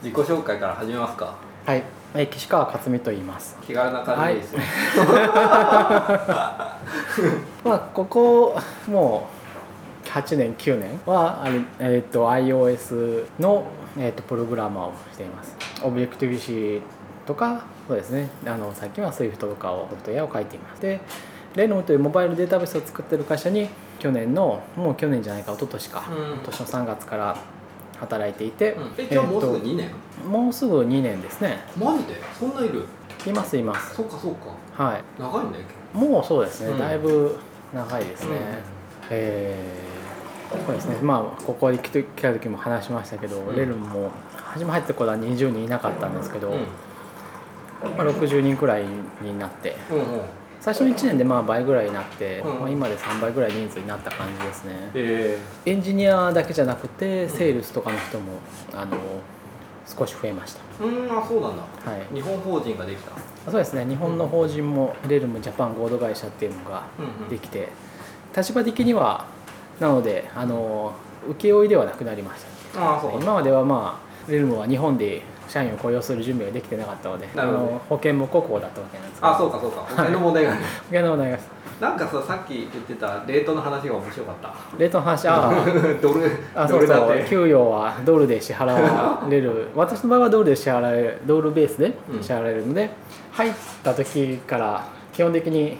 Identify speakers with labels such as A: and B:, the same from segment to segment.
A: 自己紹介から始めますか
B: はい、えー岸川克美と言います。
A: 気軽な感じですよ、
B: まあここもう8年9年はあれえっ、と iOS のえっ、とプログラマーをしています。オブジェクティブ C とかそうですね。あの最近は Swift とかをソフトウェアを書いています。で、レノムというモバイルデータベースを作っている会社に去年のもう去年じゃないか一昨年か、
A: うん
B: 今年の3月から働いていて、
A: うんえじゃあもうすぐ2年、
B: ともうすぐ2年ですね。
A: マジでそんないる
B: いますいます。
A: そっかそっか
B: はい。
A: 長いね
B: もうそうですね、
A: うん
B: だいぶ長いですね、
A: うん
B: えーそうですねまあここに来て来た時も話しましたけど、
A: うん
B: レルムも初め入った頃は20人いなかったんですけど、
A: うん
B: まあ、60人くらいになって
A: うんうん
B: 最初の1年でまあ倍ぐらいになって、
A: うん
B: まあ、今で3倍ぐらい人数になった感じですね
A: え
B: エンジニアだけじゃなくて
A: ん
B: セールスとかの人もあの少し増えまし
A: ー、うんあそうなんだ
B: たはい
A: 日本法人ができた
B: そうですね日本の法人もレルムジャパン合同会社っていうのが
A: うんうん
B: できて立場的にはなのであの請負ではなくなりました、
A: ああそうか
B: 今まではまあレルムは日本で社員を雇用する準備ができてなかったので、
A: な
B: あ
A: るほど
B: の保険も国庫だったわけなんですけど
A: あそうかそうかお金の問題がある
B: 保険の問題が
A: なんかささっき言ってたレートの話が面白かった
B: レートの話あ ー
A: ドル
B: あ
A: ド
B: そう
A: ル
B: そ
A: だ
B: う
A: って
B: 給与はドルで支払わ れる私の場合はドルで支払えるドルベースで
A: うん
B: 支払えるので、入った時から基本的に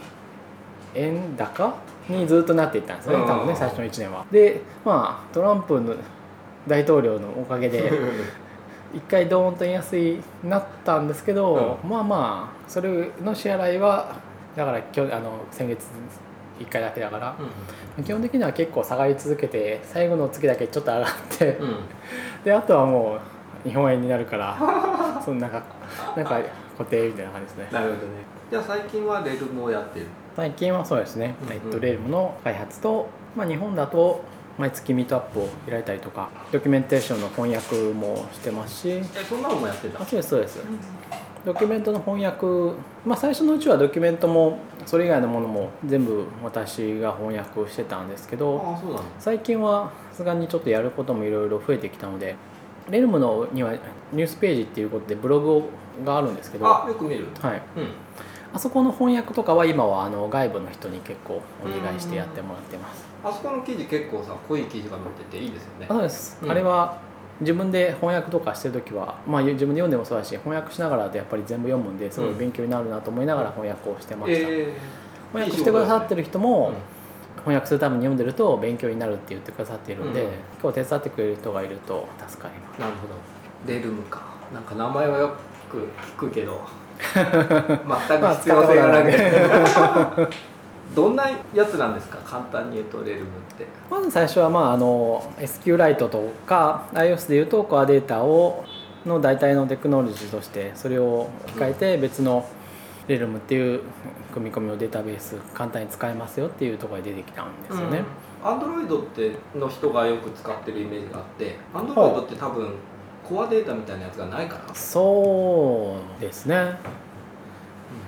B: 円高にずっとなっていったんですね
A: うん
B: 多分ね最初の1年は。でまあトランプの大統領のおかげ で一回ドーンと円安になったんですけど、まあまあそれの支払いはだから今日あの先月1回だけだから
A: う、ん
B: 基本的には結構下がり続けて最後の月だけちょっと上がって、
A: うん
B: であとはもう日本円になるからそのなんかなんか固定みたいな感じですね
A: なるほどねじゃあ最近はレールもやってる
B: 最近はそうですね、
A: うんうん
B: えっと、レームの開発と、まあ、日本だと毎月ミートアップを開いたりとかドキュメンテーションの翻訳もしてますし
A: えそんなのもやってた
B: あそうですそうですドキュメントの翻訳、まあ、最初のうちはドキュメントもそれ以外のものも全部私が翻訳をしてたんですけど、
A: ああそうなの
B: 最近はさすがにちょっとやることもいろいろ増えてきたのでレルムのにはニュースページっていうことでブログがあるんですけど、は
A: あよく見る
B: い、
A: うん
B: あそこの翻訳とかは今はあの外部の人に結構お願いしてやってもらってます
A: あそこの記事結構さ濃い記事が載ってていいですよね
B: あそうです、
A: うん
B: あれは自分で翻訳とかしてる時は、まあ、自分で読んでもそうだし翻訳しながらでやっぱり全部読むんですごい勉強になるなと思いながら翻訳をしてました、
A: え
B: 翻訳してくださってる人も、
A: うん
B: 翻訳するために読んでると勉強になるって言ってくださっているんで、
A: うん
B: 今日手伝ってくれる人がいると助かります
A: ーなるほどレルムかなんか名前はよく聞くけど 全く必要性がなくてどんなやつなんですか簡単に言うとレルムって
B: まず最初は、まあ、あの SQLite とか iOS でいうとコアデータをの代替のテクノロジーとしてそれを置き換えて別の Realm っていう組み込みのデータベース簡単に使えますよっていうところで出てきたんですよね。
A: アンドロイドっての人がよく使ってるイメージがあってアンドロイドって多分コアデータみたいなやつがないから
B: そうですね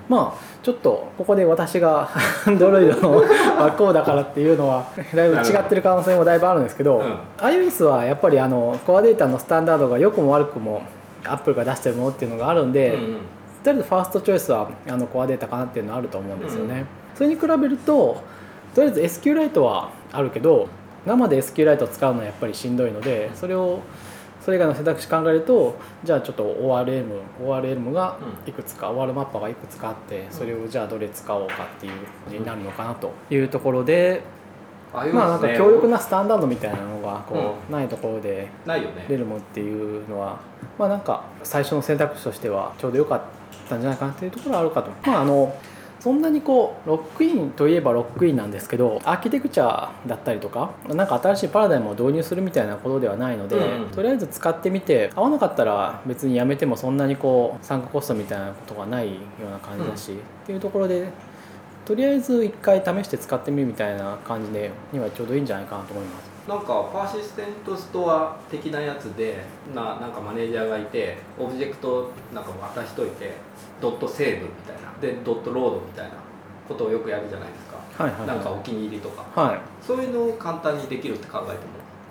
B: まあちょっとここで私が Android のまあこうだからっていうのはだいぶ違ってる可能性もだいぶあるんですけど、
A: うん
B: iOS はやっぱりあのコアデータのスタンダードが良くも悪くも Apple が出してるものっていうのがあるんで、
A: うんうん
B: とりあえずファーストチョイスはあのコアデータかなっていうのはあると思うんですよね、
A: うん
B: それに比べるととりあえず SQLite はあるけど生で SQLite を使うのはやっぱりしんどいのでそれをそれ以外の選択肢考えるとじゃあちょっと ORM, ORM がいくつか、OR マッパーがいくつかあってそれをじゃあどれ使おうかっていう感じになるのかなというところで、
A: あ
B: まあなんか強力
A: な
B: なスタンダードみたいなのがこうないところで
A: ないよね
B: レルモっていうのはまあなんか最初の選択肢としてはちょうど良かったんじゃないかなっていうところはあるかとまああのそんなにこうロックインといえばロックインなんですけどアーキテクチャだったりとかなんか新しいパラダイムを導入するみたいなことではないので、
A: うんうん
B: とりあえず使ってみて合わなかったら別にやめてもそんなにこう参加コストみたいなことがないような感じだし、っていうところでとりあえず1回試して使ってみるみたいな感じでにはちょうどいいんじゃないかなと思います。
A: なんかパーシステントストア的なやつでななんかマネージャーがいてオブジェクトなんか渡しといてドットセーブみたいなでドットロードみたいなことをよくやるじゃないですか、
B: はいはいはい、
A: なんかお気に入りとか
B: はい
A: そういうのを簡単にできるって考えても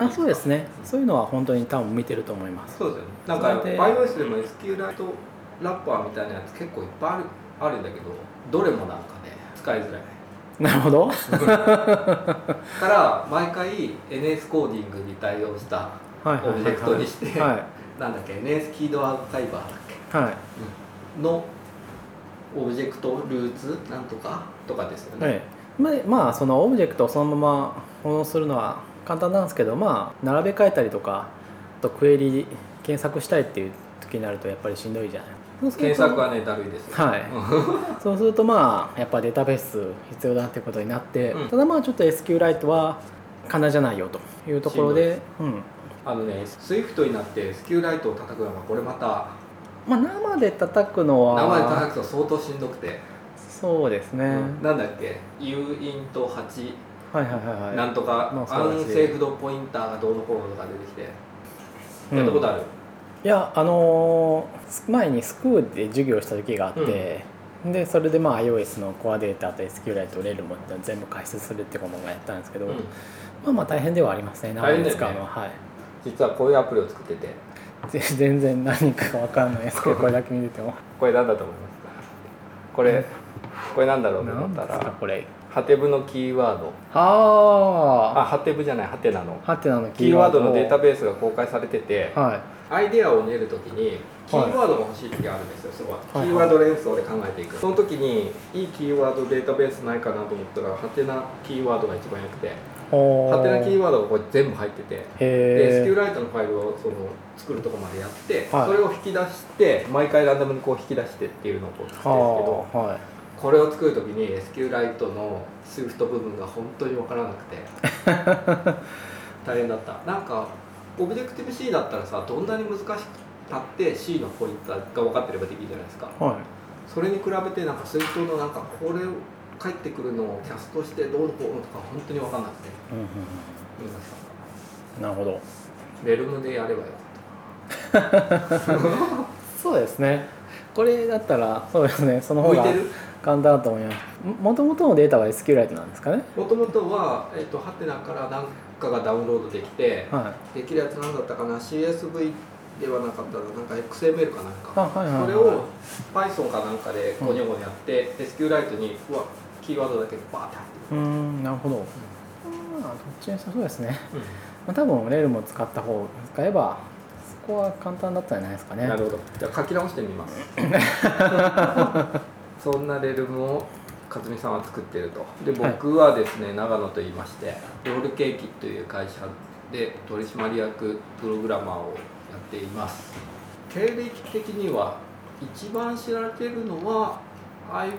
B: あそうですねそういうのは本当に多分見てると思います
A: そうですよねなんか
B: それで
A: iOS でも SQLite ラッパーみたいなやつ結構いっぱいあるあるんだけどどれもなんかね使いづらい
B: なるほど
A: から毎回 NS コーディングに対応した
B: はいはいはいはい
A: オブジェクトにして
B: は
A: なんだっけ NS キードアーカイバーだっけ
B: いはい
A: のオブジェクトルーツなんとかとかですよね、
B: はい、まあまあそのオブジェクトをそのまま保存するのは簡単なんですけどまあ並べ替えたりとかあとクエリ検索したいっていう時になるとやっぱりしんどいじゃないそうする
A: 検
B: と
A: 索はねだるいですよ、
B: はいそうするとまあやっぱデータベース必要だってことになって、
A: うん
B: ただまあちょっと SQLite は簡単じゃないよというところでうん
A: あのね SWIFT になって SQLite を叩くのがこれまた
B: まあ、生で叩くのは
A: 生で叩くと相当しんどくて、
B: そうですね、
A: なんだっけ u イント8
B: はいはいはいは
A: ないんとか、
B: まあ
A: ア
B: そう
A: ン
B: だし
A: セーフドポインターがどうのこうのとか出てきて、
B: うん
A: やったことある
B: いやあのー前にスクーで授業した時があって、でそれでまあ iOS のコアデータと SQLite をレルモっていうのを全部解説するっていうものがやったんですけど、
A: うん、
B: まあまあ大変ではありますね
A: 大変だ
B: 生で
A: よね
B: 使うのは、はい
A: 実はこういうアプリを作ってて
B: ぜ 全然何かわかんないです けどこれだけ見てても
A: これなんだと思いますかこれこれなんだろうと思
B: 何
A: った
B: ですからこれ
A: ハテブのキーワードあ
B: あ
A: ハテブじゃないハテナの
B: あハテナの
A: キーワードの
B: を
A: データベースが公開されてて
B: はい
A: アイデアを練るときにキーワードが欲しい時があるんですよすごい、
B: はい
A: キーワード連想で考えていくその時にいいキーワードデータベースないかなと思ったらハテナキーワードが一番良くて
B: お
A: ハテナキー
B: へ
A: ワードがこれ全部入っててで
B: え
A: SQLite のファイルをその作るとこまでやって、
B: はい
A: それを引き出して毎回ランダムにこう引き出してっていうのをこう作ってるんですけど
B: はあはい
A: これを作る時に SQLite の SWIFT 部分が本当に分からなくて大変だったなんかオブジェクティブ C だったらさどんなに難しくたって C のポイントが分かってればできるじゃないですか
B: は
A: それに比べてなんか SWIFT のなんかこれを返ってくるのをキャストしてどうのこうのとか本当に分かんなくて
B: い、うんうん
A: 難しかっ
B: うん、なるほど
A: たレルムでやればよかった
B: そうですねこれだったらそうですねその方
A: 向い
B: が
A: てる
B: 簡単だと思いますももともとのデータは SQLite なんですかね
A: もともとは、えっとハテナから何かがダウンロードできて、
B: はい
A: できるやつなんだったかな CSV ではなかったらなんか XML かなん
B: あ
A: か
B: はいはい、はい、
A: それを Python かなんかでゴニョゴニョやって、SQLite にうわキーワードだけバーって入って
B: うーんなるほど、まあどっちにしろそうですね、
A: くる、
B: まあ、多分レールも使った方使えばそこは簡単だったんじゃないですかね
A: なるほどじゃあ書き直してみます そんなレルムを勝美さんは作ってるとで
B: はい
A: 僕はですね、長野と言いましてロールケーキという会社で取締役プログラマーをやっています経歴的には一番知られてるのは iPhone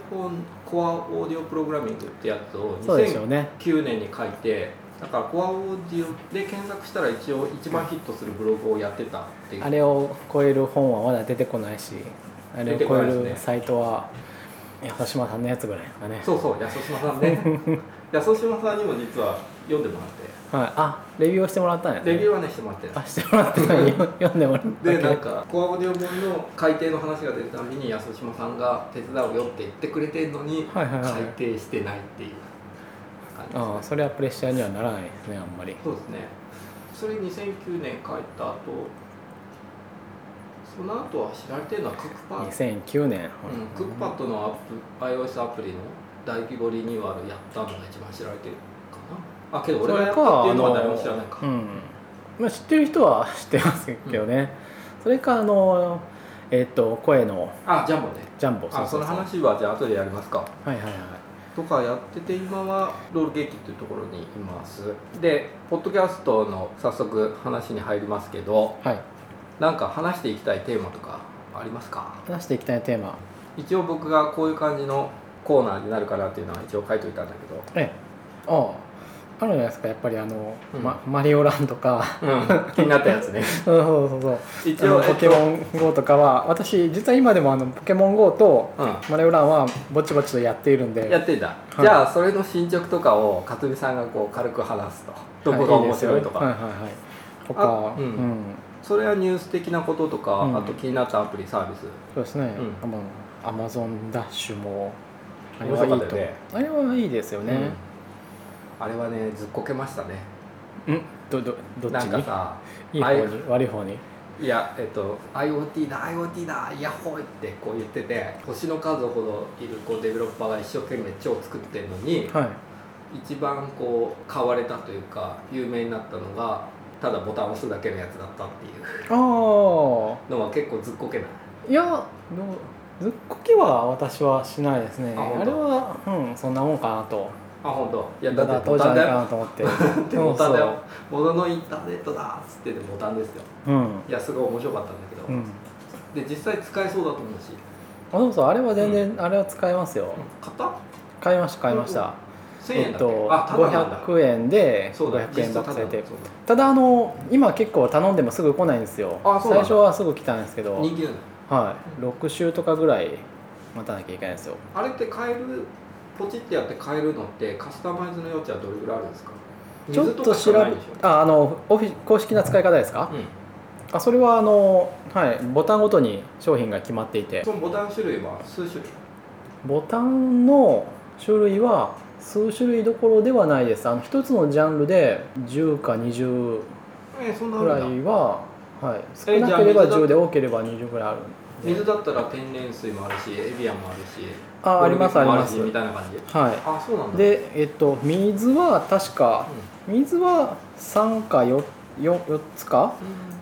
A: コアオーディオプログラミングってやつを
B: そうですよね
A: 9年に書いてだからコアオーディオで検索したら一応一番ヒットするブログをやってたっていう
B: あれを超える本はまだ出てこないしあれ
A: 出
B: を超え
A: てこない
B: る
A: ですね
B: サイトは八島さんのやつぐらいですかね
A: そうそう、安島さんね。 安島さんにも実は読んでもらっ
B: はい、あレビューをしてもらったんや
A: て、レビュー
B: ー
A: はね、してもらってる。
B: あしてもらっ てたのに読んでもらった
A: で、なんか、コアオーディオ本の改訂の話が出るたびに、安島さんが手伝うよって言ってくれてるのに、
B: はいはいはい
A: 改訂してないっていう感じですね
B: ああそれはプレッシャーにはならないですねあんまり
A: そうですね。それ2009年書いた後、その後は知られてるのはクックパッド。
B: 2009年、
A: うん、クックパッドのアップ iOS アプリの大規模リニューアルやったのが一番知られてるかなあけど俺がやったっていうのは誰も知らないか
B: うんまあ、知ってる人は 知ってますけどね、それかあのえっと声の
A: あジャンボね
B: ジャンボ
A: あその
B: はい
A: 話はじゃあ後でやりますか
B: はいはい
A: とかやってて今はロールケーキっていうところにいますでポッドキャストの早速話に入りますけど
B: はい
A: なんか話していきたいテーマとかありますか
B: 話していきたいテーマ
A: 一応僕がこういう感じのコーナーになるかなっていうのは一応書いといたんだけど
B: ええあああるじゃないですかやっぱりあの、
A: うん
B: ま、マリオランとか
A: うん、 気になったやつね
B: そうそうそうそう
A: 一
B: あ
A: 応
B: のポケ
A: ン、
B: モン GO とかは私実は今でもあのポケモン GO と
A: うん、
B: マリオランはぼちぼちとやっているん
A: や
B: で
A: ってんだ、
B: い
A: じゃあそれの進捗とかを克美さんがこう軽く話すとどこが
B: はいいい
A: 面
B: ですよ
A: 白いとか、
B: はいはいはいとか
A: あうん
B: うん
A: それはニュース的なこととか、
B: うん
A: あと気になったアプリサービス
B: そうですね、
A: う
B: アマゾンダッシュもあれ
A: 面
B: はい
A: 白
B: い
A: かっ
B: と
A: たよね
B: あれはいいですよね、
A: うんあれはねずっこけましたね
B: うんどどどっち
A: なんか
B: に
A: さ
B: いい方に悪い方に
A: いやえっと IoT だ IoT だイヤホーイってこう言ってて星の数ほどいるこうデベロッパーが一生懸命超作ってるのに
B: はい
A: 一番こう買われたというか有名になったのがただボタンを押すだけのやつだったっていう
B: あ
A: のは結構ずっこけない
B: あいやどうずっこけは私はしないですね
A: あ
B: あ
A: 本当
B: れはうんそんなもんかなと
A: あ本当いやだ
B: だ
A: って
B: 当
A: ボ
B: 時じ
A: タ
B: ゃ
A: ン
B: な
A: だ
B: いか
A: よ
B: なと 思って
A: だってボタンだよもののインターネットだっつっててボタンですよ
B: うん
A: いやすごい面白かったんだけど、
B: うん
A: で実際使えそうだと思うし
B: あそうそうあれは全然、あれは使えますよ
A: 買った
B: 買いました買いました、
A: 1000
B: え
A: 円だ
B: っ
A: っけ、
B: と
A: あただなんだ
B: 500円で
A: そうだ
B: 500円バックされて
A: 実質タダ
B: ただあの今結構頼んでもすぐ来ないんですよ
A: あそう
B: 最
A: なんだ
B: 初はすぐ来たんですけ
A: だ
B: ど、
A: 人気なんだ
B: はい、6週とかぐらい待たなきゃいけないんですよ
A: あれって買えるポチってやって買えるのってカスタマイズの余地はどれぐらいあるんですか
B: ちょっ
A: 水
B: と
A: かし
B: 調
A: か
B: べ
A: ないでしょ
B: ああのオフィ公式な使い方ですか、
A: うん
B: あそれはあの、はい、ボタンごとに商品が決まっていて
A: そのボタン種類は数種類
B: ボタンの種類は数種類どころではないですあの一つのジャンルで10か20
A: えーそんな
B: ぐら
A: あるんだ
B: いは、はい、少
A: えじゃあ
B: なければ
A: 水だ
B: 10で多ければ20ぐらいあるんで
A: 水だったら天然水もあるしエビアンもあるし
B: ああります
A: ド
B: あ
A: ル
B: り
A: ビーも
B: ま
A: るし
B: す
A: みたいな感じ
B: は
A: あそうなん
B: い
A: だ、
B: でえっと水は確か
A: う
B: 水は3か 4, 4, 4つか
A: ん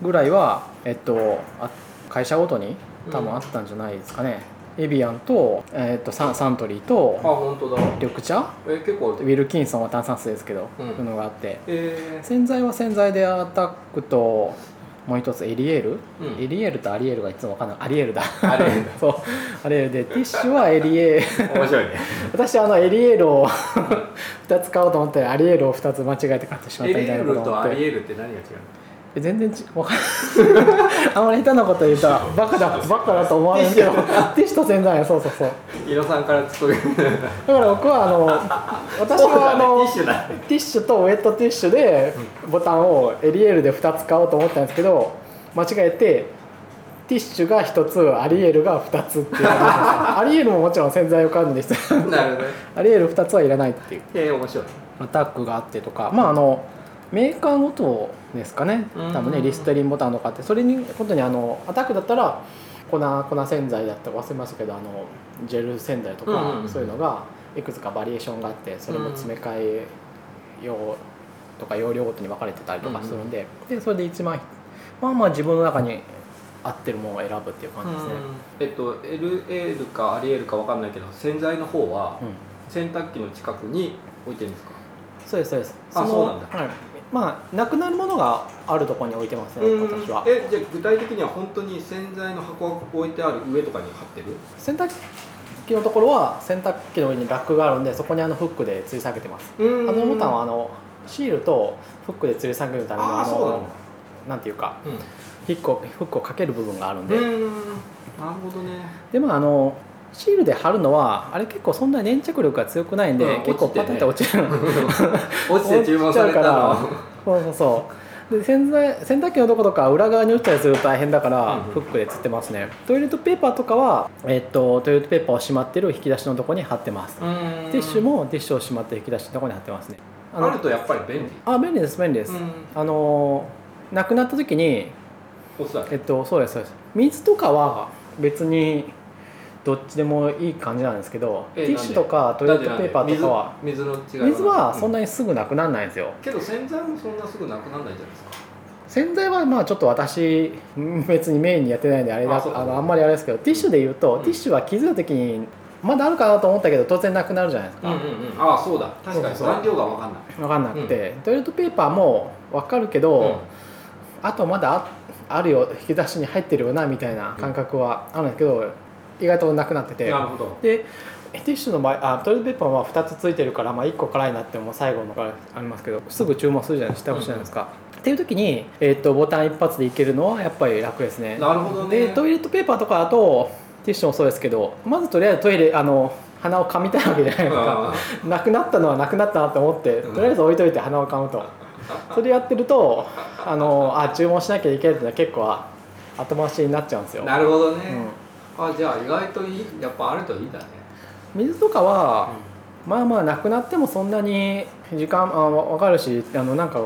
B: ぐらいはえっとあ会社ごとに多分あったんじゃないですかね、エビアンと,、えっとサンサントリー
A: あ
B: と
A: 本当だ
B: 緑茶
A: えー結構
B: ウィルキンソンは炭酸水ですけど、
A: うん
B: そういうのがあって
A: え
B: 洗剤は洗剤でアタックともう一つエリエール、
A: ー、うん
B: エリエールとアリエールがいつもわかんないアリエールだ
A: あれ面
B: そうアリエールでティッシュはエリエール
A: 白いね
B: 私あのエリエールを 2つ買おうと思ってアリエールを2つ間違えて買ってしま
A: エ
B: った
A: リ
B: みたい
A: エ
B: な
A: ー
B: こ
A: ル
B: と
A: と
B: があ
A: ア
B: って
A: リエールって何が違う
B: え全然ちわかんない あんまり下手なこと言うとバカだバカだと思われるけどティッシュと洗剤そうそうそう
A: の井野さんからちょっと
B: だから僕は あの私
A: そう
B: は
A: だ
B: あ
A: ね テ
B: の
A: ィッシュ だね
B: ティッシュとウェットティッシュでボタンをエリエールで2つ買おうと思ったんですけど間違えてティッシュが1つアリエールが2つ っていうアリエールももちろん洗剤を買うので必要
A: なるほどね
B: アリエール2つはいらないっていう
A: えー、面白い
B: アタックがあってとかまああのメーカーごとですかね多
A: う
B: 分ね
A: ん
B: リステリンボタンとかあってそれにことにあのアタックだったら粉粉洗剤だったか忘れましたけどあのジェル洗剤と
A: うんうん
B: か
A: うん
B: そういうのがいくつかバリエーションがあってそれも詰め替え用とか容量ごとに分かれてたりとかするんででそれで一番まあまあ自分の中に合ってるものを選ぶっていう感じですね。
A: えっと LL かアリエールかわかんないけど洗剤の方は
B: うん
A: 洗濯機の近くに置いてるんですか
B: そうですそうです。
A: あ
B: の
A: そうなんだ
B: はい。まあなくなるものがあるところに置いてますね。私は。
A: えじゃあ具体的には本当に洗剤の箱が置いてある上とかに貼ってる
B: 洗濯機のところは洗濯機の上にラックがあるんでそこにあのフックで吊り下げてます
A: う
B: あ
A: ん
B: のボタンはあのシールとフックで吊り下げるための
A: ああ
B: あ
A: そうなん
B: の
A: だ
B: なんていうか
A: うん
B: フックをフックをかける部分があるんで、
A: うんなるほどね
B: でもあのシールで貼るのはあれ結構そんなに粘着力が強くないんで、
A: うん
B: 結構
A: 落ちて
B: パ
A: ね
B: タッと落ちる
A: 落ちて注文された
B: 落
A: の
B: そうそうそうで洗剤洗濯機のとことか裏側に落ちたりすると大変だか
A: う
B: ら、
A: んうん
B: フックで吊ってますねトイレットペーパーとかは、えっとトイレットペーパーをしまってる引き出しのとこに貼ってます
A: うん
B: ティッシュもティッシュをしまって引き出しのところに貼ってますね。あの
A: あるとやっぱり便利
B: あ便利です便利です。
A: うん
B: あのーなくなった時に
A: おそら
B: え
A: く
B: っとそうですそうです水とかは別にどっちでもいい感じなんですけど、
A: え
B: ティッシュとかトイレットペーパーとかは
A: 水水の違い
B: 水はそん
A: な、
B: なにすぐなくならないんですよ。
A: うんけど洗剤もそんなすぐなくならないじゃないですか
B: 洗剤はまあちょっと私うん別にメインにやってないんであれだ
A: あそうか
B: あのあんまりあれですけどティッシュで言うと、
A: うん
B: ティッシュは気づいた時にまだあるかなと思ったけど当然なくなるじゃないですか。
A: うんうんうん、ああそうだ確かに
B: そうそう
A: 残量が分かんない
B: 分かんなくて、トイレットペーパーも分かるけど、あとまだああるよ引き出しに入ってるよなみたいな感覚はあるんだけど意外となくなって
A: うん
B: て
A: なるほど
B: でティッシュの場合あトイレットペーパーは2つついてるから、まあ、1個辛いなってもう最後のがありますけどすぐ注文するじゃないしてほしいじゃないですか。っていう時に、えー、とボタン一発でいけるのはやっぱり楽ですね。
A: なるほどね
B: でトイレットペーパーとかだとティッシュもそうですけどまずとりあえずトイレあの鼻をかみたいわけじゃないですか。なくなったのはなくなったなと思って
A: うん
B: とりあえず置いといて鼻をかむとそれやってるとあのあ注文しなきゃいけないってのは結構あ後回しになっちゃうんです
A: う
B: よ
A: ん、なるほど
B: う
A: ね、
B: ん、
A: あじゃあ意外といいやっぱあるといいんだね
B: 水とかはまあまあなくなってもそんなに時間あ分かるしあのなんか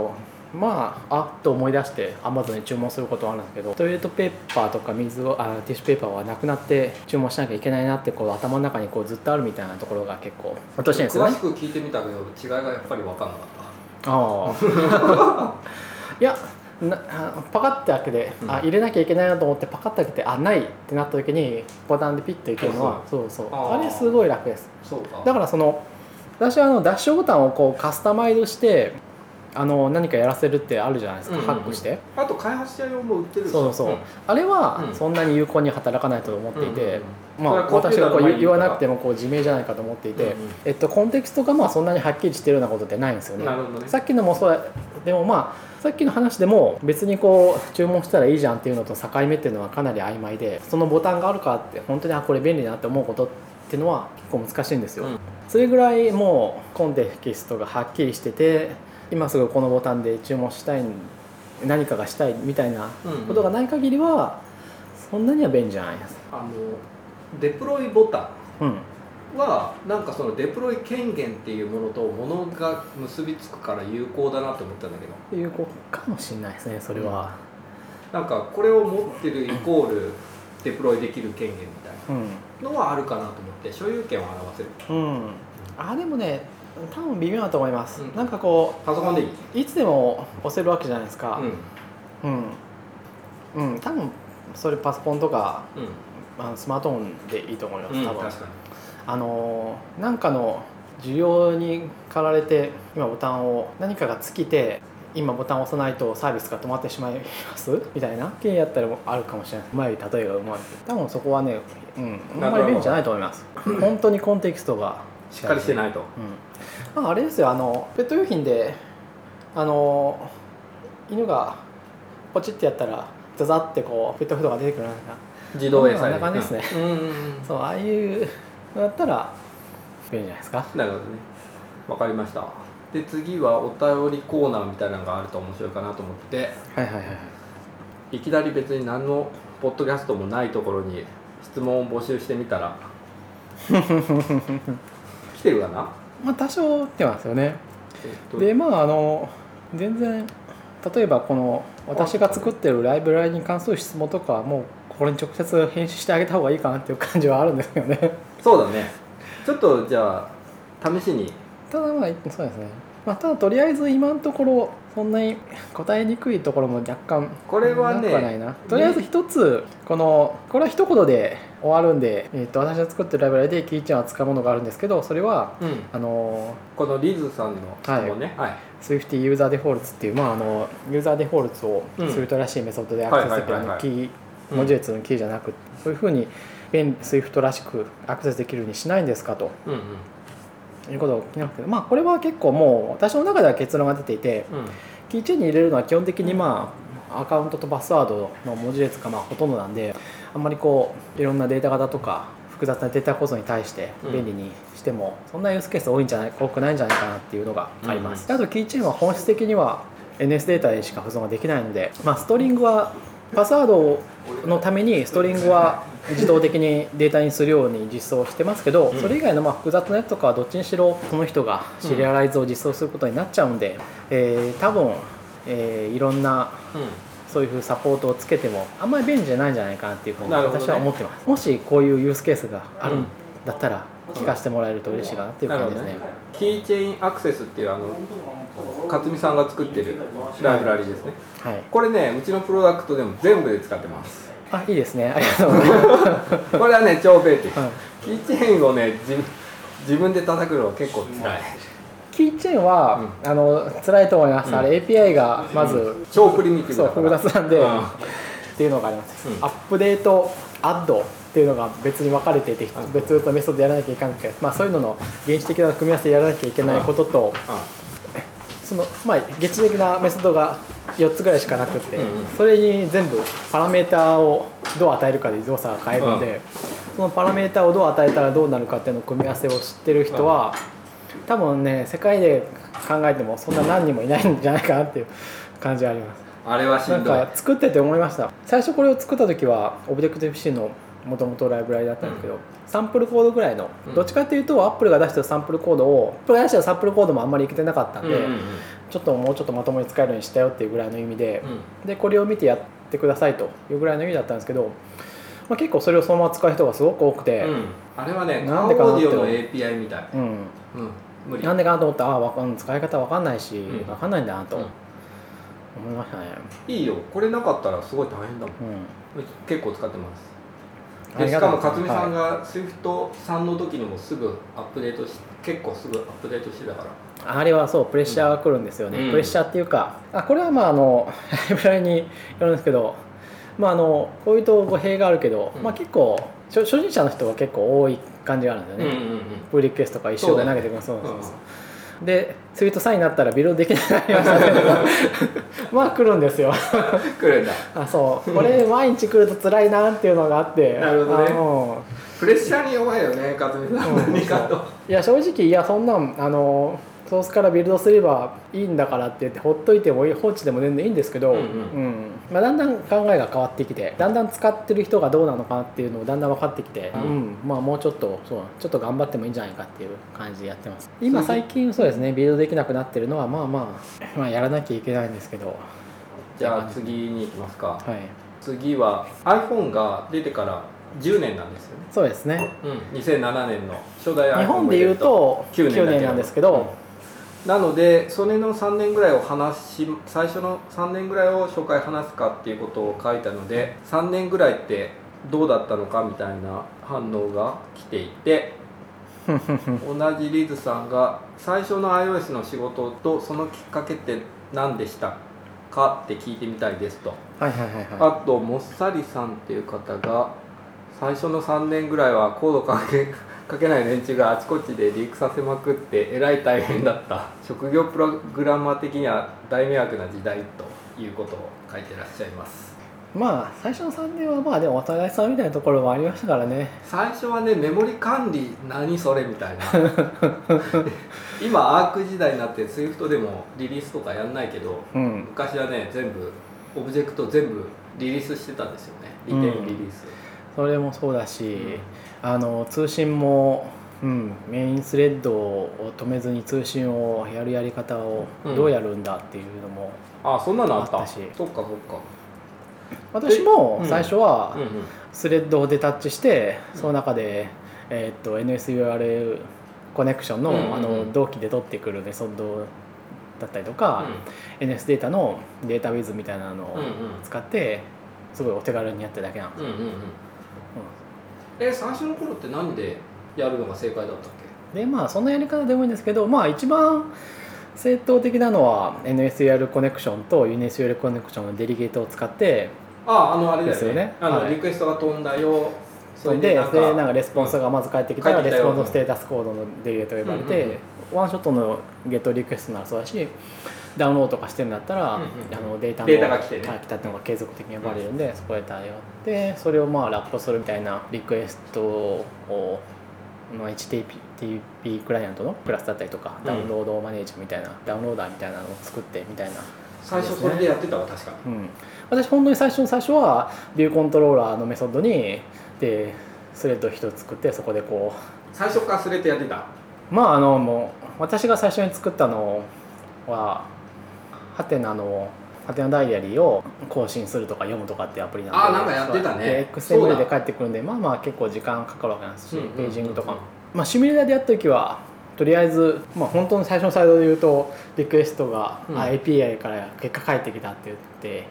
B: まああっと思い出してアマゾンに注文することはあるんですけどトイレットペーパーとか水をあティッシュペーパーはなくなって注文しなきゃいけないなってこう頭の中にこうずっとあるみたいなところが結構落としてるんですよ
A: 詳
B: ね
A: しく聞いてみたけど違いがやっぱり分かんなかっ
B: あ あいやなあパカッて開けて、
A: うん
B: あ入れなきゃいけないなと思ってパカッて開けてあないってなった時にボタンでピッといけるのはそうそう
A: あ
B: あ
A: ー
B: れすごい楽です
A: たそうか
B: だからその私はあのダッシュボタンをこうカスタマイズしてあの何かやらせるってあるじゃないですか、
A: うんうん
B: ハ
A: うん
B: ックして
A: あと開発者用も売ってるでし
B: そ
A: ょ
B: うそう、
A: ん
B: あれは
A: うん
B: そんなに有効に働かないと思っていて、
A: うんうんうん
B: まあ、
A: それはコンピュー
B: 私
A: ター
B: が
A: の
B: こう
A: 前
B: 言
A: に
B: 言
A: いる
B: わ
A: から
B: なくてもこう自明じゃないかと思っていて、
A: うんうん
B: えっと、コンテクストがまあそんなにはっきりしてるようなことってないんですよね
A: なるほどね
B: さっきのもそうだでもまあさっきの話でも別にこう注文したらいいじゃんっていうのと境目っていうのはかなり曖昧でそのボタンがあるからって本当にあこれ便利だなって思うことっていうのは結構難しいんですよ、
A: うん
B: それぐらいもうコンテキストがはっきりしてて今すぐこのボタンで注文したい何かがしたいみたいな
A: うん
B: ことがない限りはそんなには便利じゃないです、
A: あのデプロイボタン
B: うん、
A: はなんかそのデプロイ権限っていうものとものが結びつくから有効だなと思ったんだけど
B: 有効かもしれないですねそれは、
A: なんかこれを持ってるイコールデプロイできる権限みたい
B: うん
A: なのはあるかなと思って所有権を表せる
B: うん、あでもね多分微妙だと思います、
A: うん
B: なんかこう
A: パソコンでいい
B: いつでも押せるわけじゃないです
A: うん
B: か
A: うん
B: うん、うん多分それパソコンとかあのスマートフォンでいいと思います、
A: うん
B: 多分
A: 確か
B: あのーなんかの需要に駆られて今ボタンを何かが尽きて今ボタンを押さないとサービスが止まってしまいます みたいな系やったらあるかもしれない前より例えがうまい多分そこはね、うん、あんまり便利じゃないと思います本当にコンテキストが
A: にしっかりしてないと
B: うん、ああれですよあのペット用品であの犬がポチってやったらザザってこうペットフードが出てくるような
A: 自動餌
B: こんな感じです
A: ねうんうん
B: そうああいうのだったら便利じゃないですか
A: なるほどねわかりましたで次はお便りコーナーみたいなのがあると面白いかなと思って
B: はいはいはい
A: いきなり別に何のポッドキャストもないところに質問を募集してみた ら来てるかな
B: まあ多少来てますよね
A: えっと
B: でまああの全然例えばこの私が作ってるライブラリに関する質問とかはもうこれに直接編集してあげた方がいいかなっていう感じはあるんですよね
A: そうだねちょっとじゃあ試しに
B: ただまあそうですね、まあ、ただとりあえず今のところそんなに 答えにくいところも若干
A: これはね
B: なくないなとりあえず一つこのこれは一言で終わるんで、えっと私が作ってるライブラリでキーちゃんを扱うものがあるんですけどそれはあの
A: このリズさんの質問ねはい、
B: Swift ユーザーデフォルツっていう、まあ、あのユーザーデフォルツを
A: うん
B: スイフトらしいメソッドでアクセスできる
A: はいはいはいはい
B: あのキー文字列のキーじゃなくそういうふうに便利 Swift らしくアクセスできるようにしないんですかと
A: うんうん
B: いうことを聞きますけど、まあ、これは結構もう私の中では結論が出ていて、
A: うん
B: キーチェーンに入れるのは基本的にまあアカウントとパスワードの文字列がまあほとんどなんであんまりこういろんなデータ型とか複雑なデータ構造に対して
A: うん
B: 便利にしても、そんなユースケース多いんじゃない多くないんじゃないかなっていうのがあります、あとキーチェーンは本質的には NS データでしか保存ができないので、まあ、ストリングはパスワードのためにストリングは自動的にデータにするように実装してますけど、
A: うん
B: それ以外のまあ複雑なやつとかはどっちにしろその人がシリアライズを実装することになっちゃうんで、えー多分、えーいろんなそういうサポートをつけてもあんまり便利じゃないんじゃないかなっていうふうに
A: なるほどね
B: 私は思ってます、もしこういうユースケースがある
A: うん
B: んだったら聞かせてもらえると嬉しいかなっていう感じですね
A: なるほどキーチェインアクセスっていうあの勝美さんが作ってるライブラリですね
B: はい
A: これねうちのプロダクトでも全部で使ってます
B: あいいですねありがとうございます、
A: これはね超便利、
B: はい
A: キーチェーンをね自分自分で叩くのは結構辛い
B: キーチェーンは、あの辛いと思います、あれ API がまず、
A: 超プリミティブ
B: そう
A: だか
B: 複
A: ら
B: 雑なんで、
A: うん
B: っていうのがあります、
A: うん
B: アップデートアッドっていうのが別に分かれていて別々のメソッドでやらなきゃいけなくて、まあ、そういうのの原始的な組み合わせでやらなきゃいけないことと、そのまあ原始的なメソッドが4つぐらいしかなくて、
A: うんうん
B: それに全部パラメーターをどう与えるかで動作が変えるので、そのパラメーターをどう与えたらどうなるかっていうのを組み合わせを知ってる人は、多分ね世界で考えてもそんな何人もいないんじゃないかなっていう感じがあります。
A: うんあれはし
B: なん
A: んどい
B: か作ってて思いました最初これを作った時は Objective-C のもともとライブラリだったんですけど、サンプルコードぐらいの、
A: うん
B: どっちかっていうと Apple が出してるサンプルコードを Apple が出してるサンプルコードもあんまりいけてなかったんで、
A: うんうんうん
B: ちょっともうちょっとまともに使えるようにしたよっていうぐらいの意味で
A: う、ん
B: でこれを見てやってくださいというぐらいの意味だったんですけど、まあ、結構それをそのまま使う人がすごく多くて、
A: うんあれはねカ
B: なん
A: ー
B: でかな
A: オー
B: って
A: ディオの API みたい、
B: うん
A: うん、無理
B: なんでかなと思ったらあわかん使い方わかんないし、
A: うん
B: わかんないんだなと
A: うん
B: 思いましたね、
A: いいよこれなかったらすごい大変だもん
B: うん
A: 結構使ってます
B: あ
A: で
B: り
A: し
B: が
A: か
B: と
A: も
B: うござい
A: 克
B: ます
A: 実さんが SWIFT さんの時にもすぐアップデートし結構すぐアップデートしてたから
B: あれはそうプレッシャーが来るんですよね、
A: うん
B: プレッシャーっていうかあこれはまああの ライブラリによるんですけどまああのこういうと語弊があるけど、
A: うん
B: まあ結構初初心者の人が結構多い感じがあるんですよね、
A: ん
B: プリクエストとか一生
A: そうだ
B: 投
A: よ
B: げてくるそうそうそうでツイートさんになったらビルドできなくなりましたけど まあ来るんですよ
A: くれんだ
B: あそうこれ毎日来ると辛いなっていうのがあって
A: なるほどね
B: あの
A: プレッシャーに弱いよね克実さん
B: うん
A: 何かと
B: いや正直いやそんなんあのソースからビルドすればいいんだからって言ってほっといてもいい放置でも全然いいんですけど、
A: うんうん
B: まあ、だんだん考えが変わってきてだんだん使ってる人がどうなのかなっていうのをだんだん分かってきて、
A: う
B: うんんまあ、もうちょっとそうちょっと頑張ってもいいんじゃないかっていう感じでやってます今最近そうですねビルドできなくなってるのはまあまあ、まあ、やらなきゃいけないんですけど
A: じゃあ次に行きますか
B: はい
A: 次は iPhone が出てから10年なんですよね
B: そうですね
A: うん2007年の初代 iPhone
B: 日本で言うと
A: 9
B: 9
A: 年だけど
B: 年なんですけど、
A: なのでそれの3年ぐらいを話し最初の3年ぐらいを紹介話すかっていうことを書いたので3年ぐらいってどうだったのかみたいな反応が来ていて同じリズさんが最初の iOS の仕事とそのきっかけって何でしたかって聞いてみたいですと、
B: はいはいはいはい
A: あともっさりさんっていう方が最初の3年ぐらいはコードかけ かけない連中があちこちでリークさせまくってえらい大変だった職業プログラマー的には大迷惑な時代ということを書いてらっしゃいます
B: まあ最初の3年はまあでもお互いさんみたいなところもありましたからね
A: 最初はねメモリ管理何それみたいな 今アーク時代になって Swift でもリリースとかやんないけど
B: うん
A: 昔はね全部オブジェクト全部リリースしてたんですよねリテールリリース、
B: それもそうだし、
A: うん
B: あの通信も、うん、メインスレッドを止めずに通信をやるやり方を
A: うん
B: どうやるんだっていうのも、
A: あそんなのあった
B: あったし
A: そっかそっか
B: 私も
A: うん
B: 最初
A: うんう
B: は
A: ん
B: スレッドをデタッチして、
A: うん
B: その中で、えーっと NSURL コネクションの,、
A: うんうんうん
B: あの同期で取ってくるメソッドだったりとか、NS データのデータウィズみたいなのを
A: うんうん
B: 使って、すごいお手軽にやってるだけなんです
A: うんうんうん
B: うん
A: え最初の頃って何でやるのが正解だったっ
B: でまあそのやり方でもいいんですけどまあ一番正当的なのは NSUR コネクションと UNSUR コネクションのデリゲートを使って
A: けああのあれだよね
B: ですよね
A: あの、
B: はい
A: リクエストが飛んだよそれ
B: で
A: で
B: で
A: なんか
B: なんかレスポンスがまず返ってきたら、
A: うん返ってき
B: レ
A: た
B: ス
A: よ
B: ポンスのステータスコードのデリゲートが呼ばれて、
A: うんうん
B: ワンショットのゲットリクエストならそうだしダウンロードとかしてるんだったら、
A: うんうん
B: あのデータの
A: データが来てね
B: はい来たっていうのが継続的に呼ばれるんで、そこで対応でそれをまあラップするみたいなリクエストをまあ HTTP クライアントのクラスだったりとか、
A: うん
B: ダウンロードマネージャーみたいなダウンローダーみたいなのを作ってみたいな、
A: 最初それでやってたわ確かに
B: うん、私本当に最初の最初はビューコントローラーのメソッドにでスレッド1つ作ってそこでこ
A: 最初からスレッドやってた
B: うまああのもう私が最初に作ったのはハテナのハテナダイアリーを更新するとか読むとかっていうアプリなんで
A: あーなんかやってたね
B: で
A: そうだ
B: XML で帰ってくるんでまあまあ結構時間かかるわけなんですし、
A: うんうんうん
B: ページングとかもまあ、シミュレーターでやった時はとりあえず、まあ、本当に最初のサイドで言うとリクエストが、
A: うん
B: あ API から結果返ってきたって言っ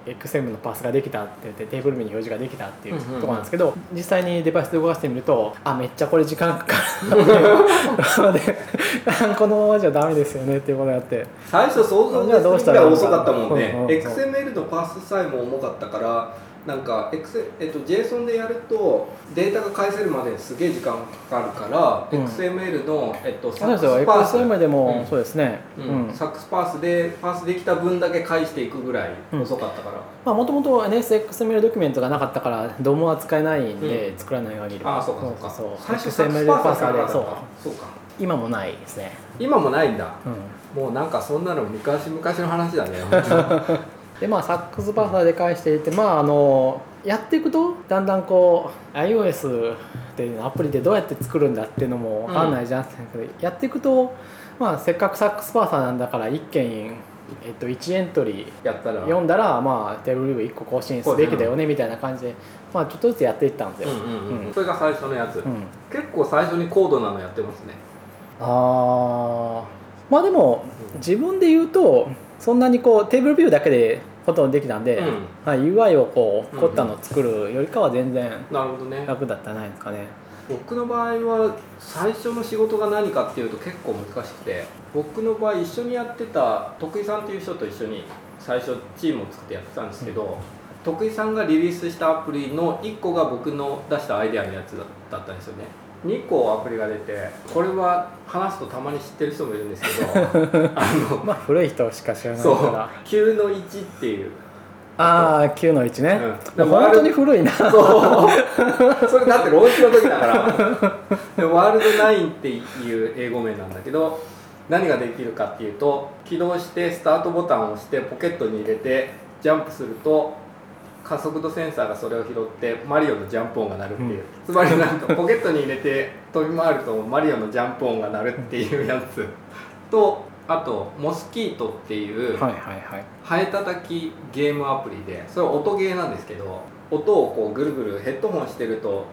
B: て XM のパスができたって言ってテーブル面に表示ができたっていう
A: うんうんうん
B: ところなんですけど、実際にデバイスで動かしてみるとあめっちゃこれ時間かかる なの でこのままじゃダメですよねっていうことになって
A: 最初想像がするぐらい遅かったもんね、
B: うんうんうん
A: XML のパスさえも重かったからなんか、X えっと、JSON でやるとデータが返せるまですげえ時間かかるから、
B: うん
A: XML の、えっと、サ
B: そう
A: ッ
B: で
A: ク
B: すよ
A: スパース
B: XM でも、
A: うん
B: そうですねう
A: うん
B: ん
A: サックスパースでパースできた分だけ返していくぐらい遅かったから、
B: まあもともと NSXML ドキュメントがなかったからどうも扱えないんで、作らない限りは
A: ああそうかそうか
B: そう
A: 最初サック
B: XML
A: ス
B: パ
A: パー
B: ー
A: ス
B: サ
A: がな
B: ー
A: か
B: で
A: った
B: そ
A: の
B: う
A: かそうか
B: 今もないですね、
A: 今もないんだ
B: うん、
A: もうなんかそんなの昔昔の話だねうん
B: でまあサックスパーサーで返していってまああのやっていくとだんだんこう iOS でアプリでどうやって作るんだっていうのも分かんないじゃん、やっていくとまあせっかくサックスパーサーなんだから一件えっと、1エントリー
A: やったら
B: 読んだら、まあ、テーブルリーグ1個更新すべきだよねみたいな感じで、まあ、ちょっとずつやっていったんです
A: う
B: よ、
A: んうんうん
B: うん
A: それが最初のやつ、
B: うん
A: 結構最初に高度なのやってますね
B: あーまあでも自分で言うとそんなにこうテーブルビューだけでほとんどできたんで、
A: うん
B: はい UI をこう
A: うん
B: 凝ったのを作るよりかは全然
A: なるほどね
B: 楽だったんじゃないですかね、
A: 僕の場合は最初の仕事が何かっていうと結構難しくて僕の場合一緒にやってた徳井さんっていう人と一緒に最初チームを作ってやってたんですけど、徳井さんがリリースしたアプリの1個が僕の出したアイデアのやつだだったんですよね2個アプリが出てこれは話すとたまに知ってる人もいるんですけどあの
B: まあ古い人しか知らないか
A: そう
B: ら
A: 9の1っていう
B: ああ9の1ね、
A: うん
B: でも本当に古いな
A: そう それだって老人の時だ からでワールドナインっていう英語名なんだけど何ができるかっていうと起動してスタートボタンを押してポケットに入れてジャンプすると加速度センサーがそれを拾ってマリオのジャンプ音が鳴るっていう、
B: うん
A: つまりなんかポケットに入れて飛び回るとマリオのジャンプ音が鳴るっていうやつとあとモスキートっていう、
B: はいはいはい
A: ハエたたきゲームアプリでそれは音ゲーなんですけど音をこうぐるぐるヘッドホンしてると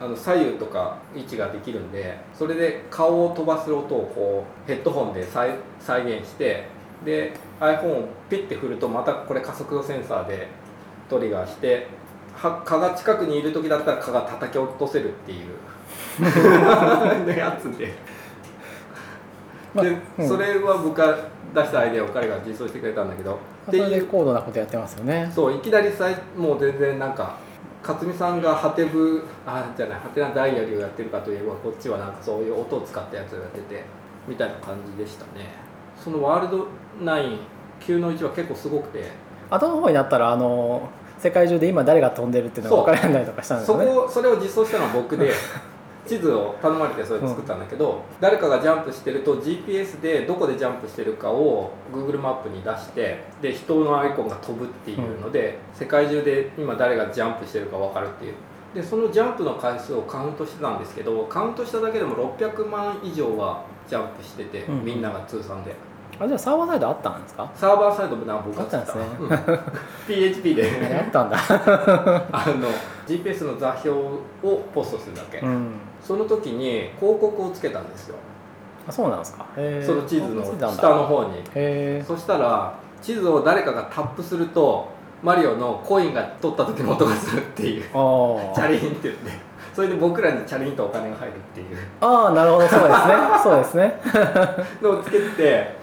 A: あの左右とか位置ができるんでそれで顔を飛ばす音をこうヘッドホンで再再現してで iPhone をピッて振るとまたこれ加速度センサーでトリガーしては蚊が近くにいる時だったら蚊が叩き落とせるっていう やつで。
B: まあ
A: で、
B: うん
A: それは僕が出したアイデアを彼が実装してくれたんだけど
B: そ
A: って
B: れ
A: い
B: で
A: う
B: 高度なことやってますよね
A: そういきなりさいもう全然なんか勝美さんがハテブあじゃないハテナダイアリーをやってるかといえばこっちはなんかそういう音を使ったやつをやっててみたいな感じでしたねそのワールドナイン9の1は結構すごくて
B: 後の方になったらあの世界中で今誰が飛んでるっていうのが分からないとかしたんです
A: そ
B: よね
A: こそれを実装したのは僕 で地図を頼まれてそれ作ったんだけど、誰かがジャンプしてると GPS でどこでジャンプしてるかを Google マップに出してで人のアイコンが飛ぶっていうので、世界中で今誰がジャンプしてるか分かるっていうでそのジャンプの回数をカウントしてたんですけどカウントしただけでも600万以上はジャンプしてて、
B: うん
A: みんなが通算で
B: あじゃあサーバーサイドあったんですか
A: サーバーサイドもなんか僕が作
B: あった
A: う
B: ん
A: ん PHP で
B: あれあったんだ、
A: あの GPS の座標をポストするだけ、
B: うん、
A: その時に広告をつけたんですよ、
B: あそうなんですかへー
A: その地図
B: あついて
A: の
B: たんだ
A: 下の方に
B: へ
A: そしたら地図を誰かがタップするとマリオのコインが取った時の音がするっていう
B: えあ
A: チャ
B: ー
A: リンって言ってそれで僕らにチャリンとお金が入るっていう
B: あーなるほどそうですねそうですね
A: のをつけてて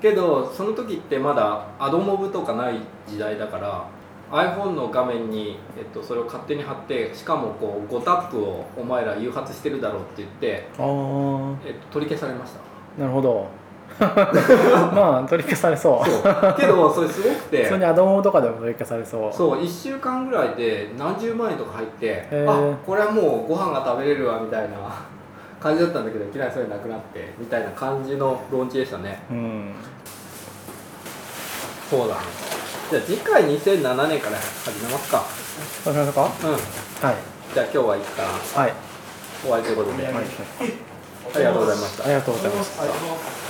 A: けどその時ってまだアドモブとかない時代だから iPhone の画面に、えっと、それを勝手に貼ってしかもこう5タップをお前ら誘発してるだろうって言って、
B: ああ
A: えっと、取り消されました
B: なるほ どまあ取り消されそう
A: そうけどそれすごくて
B: 普通にアドモとかでも取り消されそう
A: そう1週間ぐらいで何十万円とか入って
B: ー
A: あこれはもうご飯が食べれるわみたいな 感じだったんだけどいきなりそれなくなってみたいな感じのローンチでしたね
B: うん
A: そうだねじゃあ次回2007年から始めますか
B: そうしましょうか
A: うん
B: はい
A: じゃあ今日は一旦
B: はい、
A: 終わりということで、
B: はい、
A: ありがとうございました
B: ありがとうございました